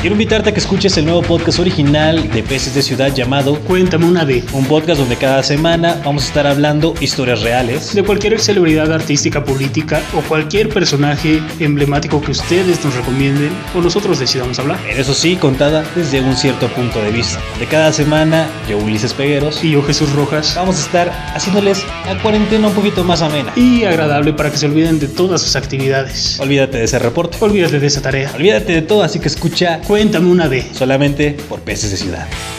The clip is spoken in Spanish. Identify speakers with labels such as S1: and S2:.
S1: Quiero invitarte a que escuches el nuevo podcast original de Peces de Ciudad llamado
S2: Cuéntame una B.
S1: un podcast donde cada semana vamos a estar hablando historias reales
S2: De cualquier celebridad artística, política o cualquier personaje emblemático que ustedes nos recomienden o nosotros decidamos hablar.
S1: pero eso sí, contada desde un cierto punto de vista. De cada semana, yo Ulises Pegueros
S2: Y yo, Jesús Rojas.
S1: vamos a estar haciéndoles la cuarentena un poquito más amena.
S2: Y agradable para que se olviden de todas sus actividades.
S1: Olvídate de ese reporte.
S2: Olvídate de esa tarea.
S1: Olvídate de todo, así que escucha
S2: Cuéntame una B.
S1: solamente por Peces de Ciudad.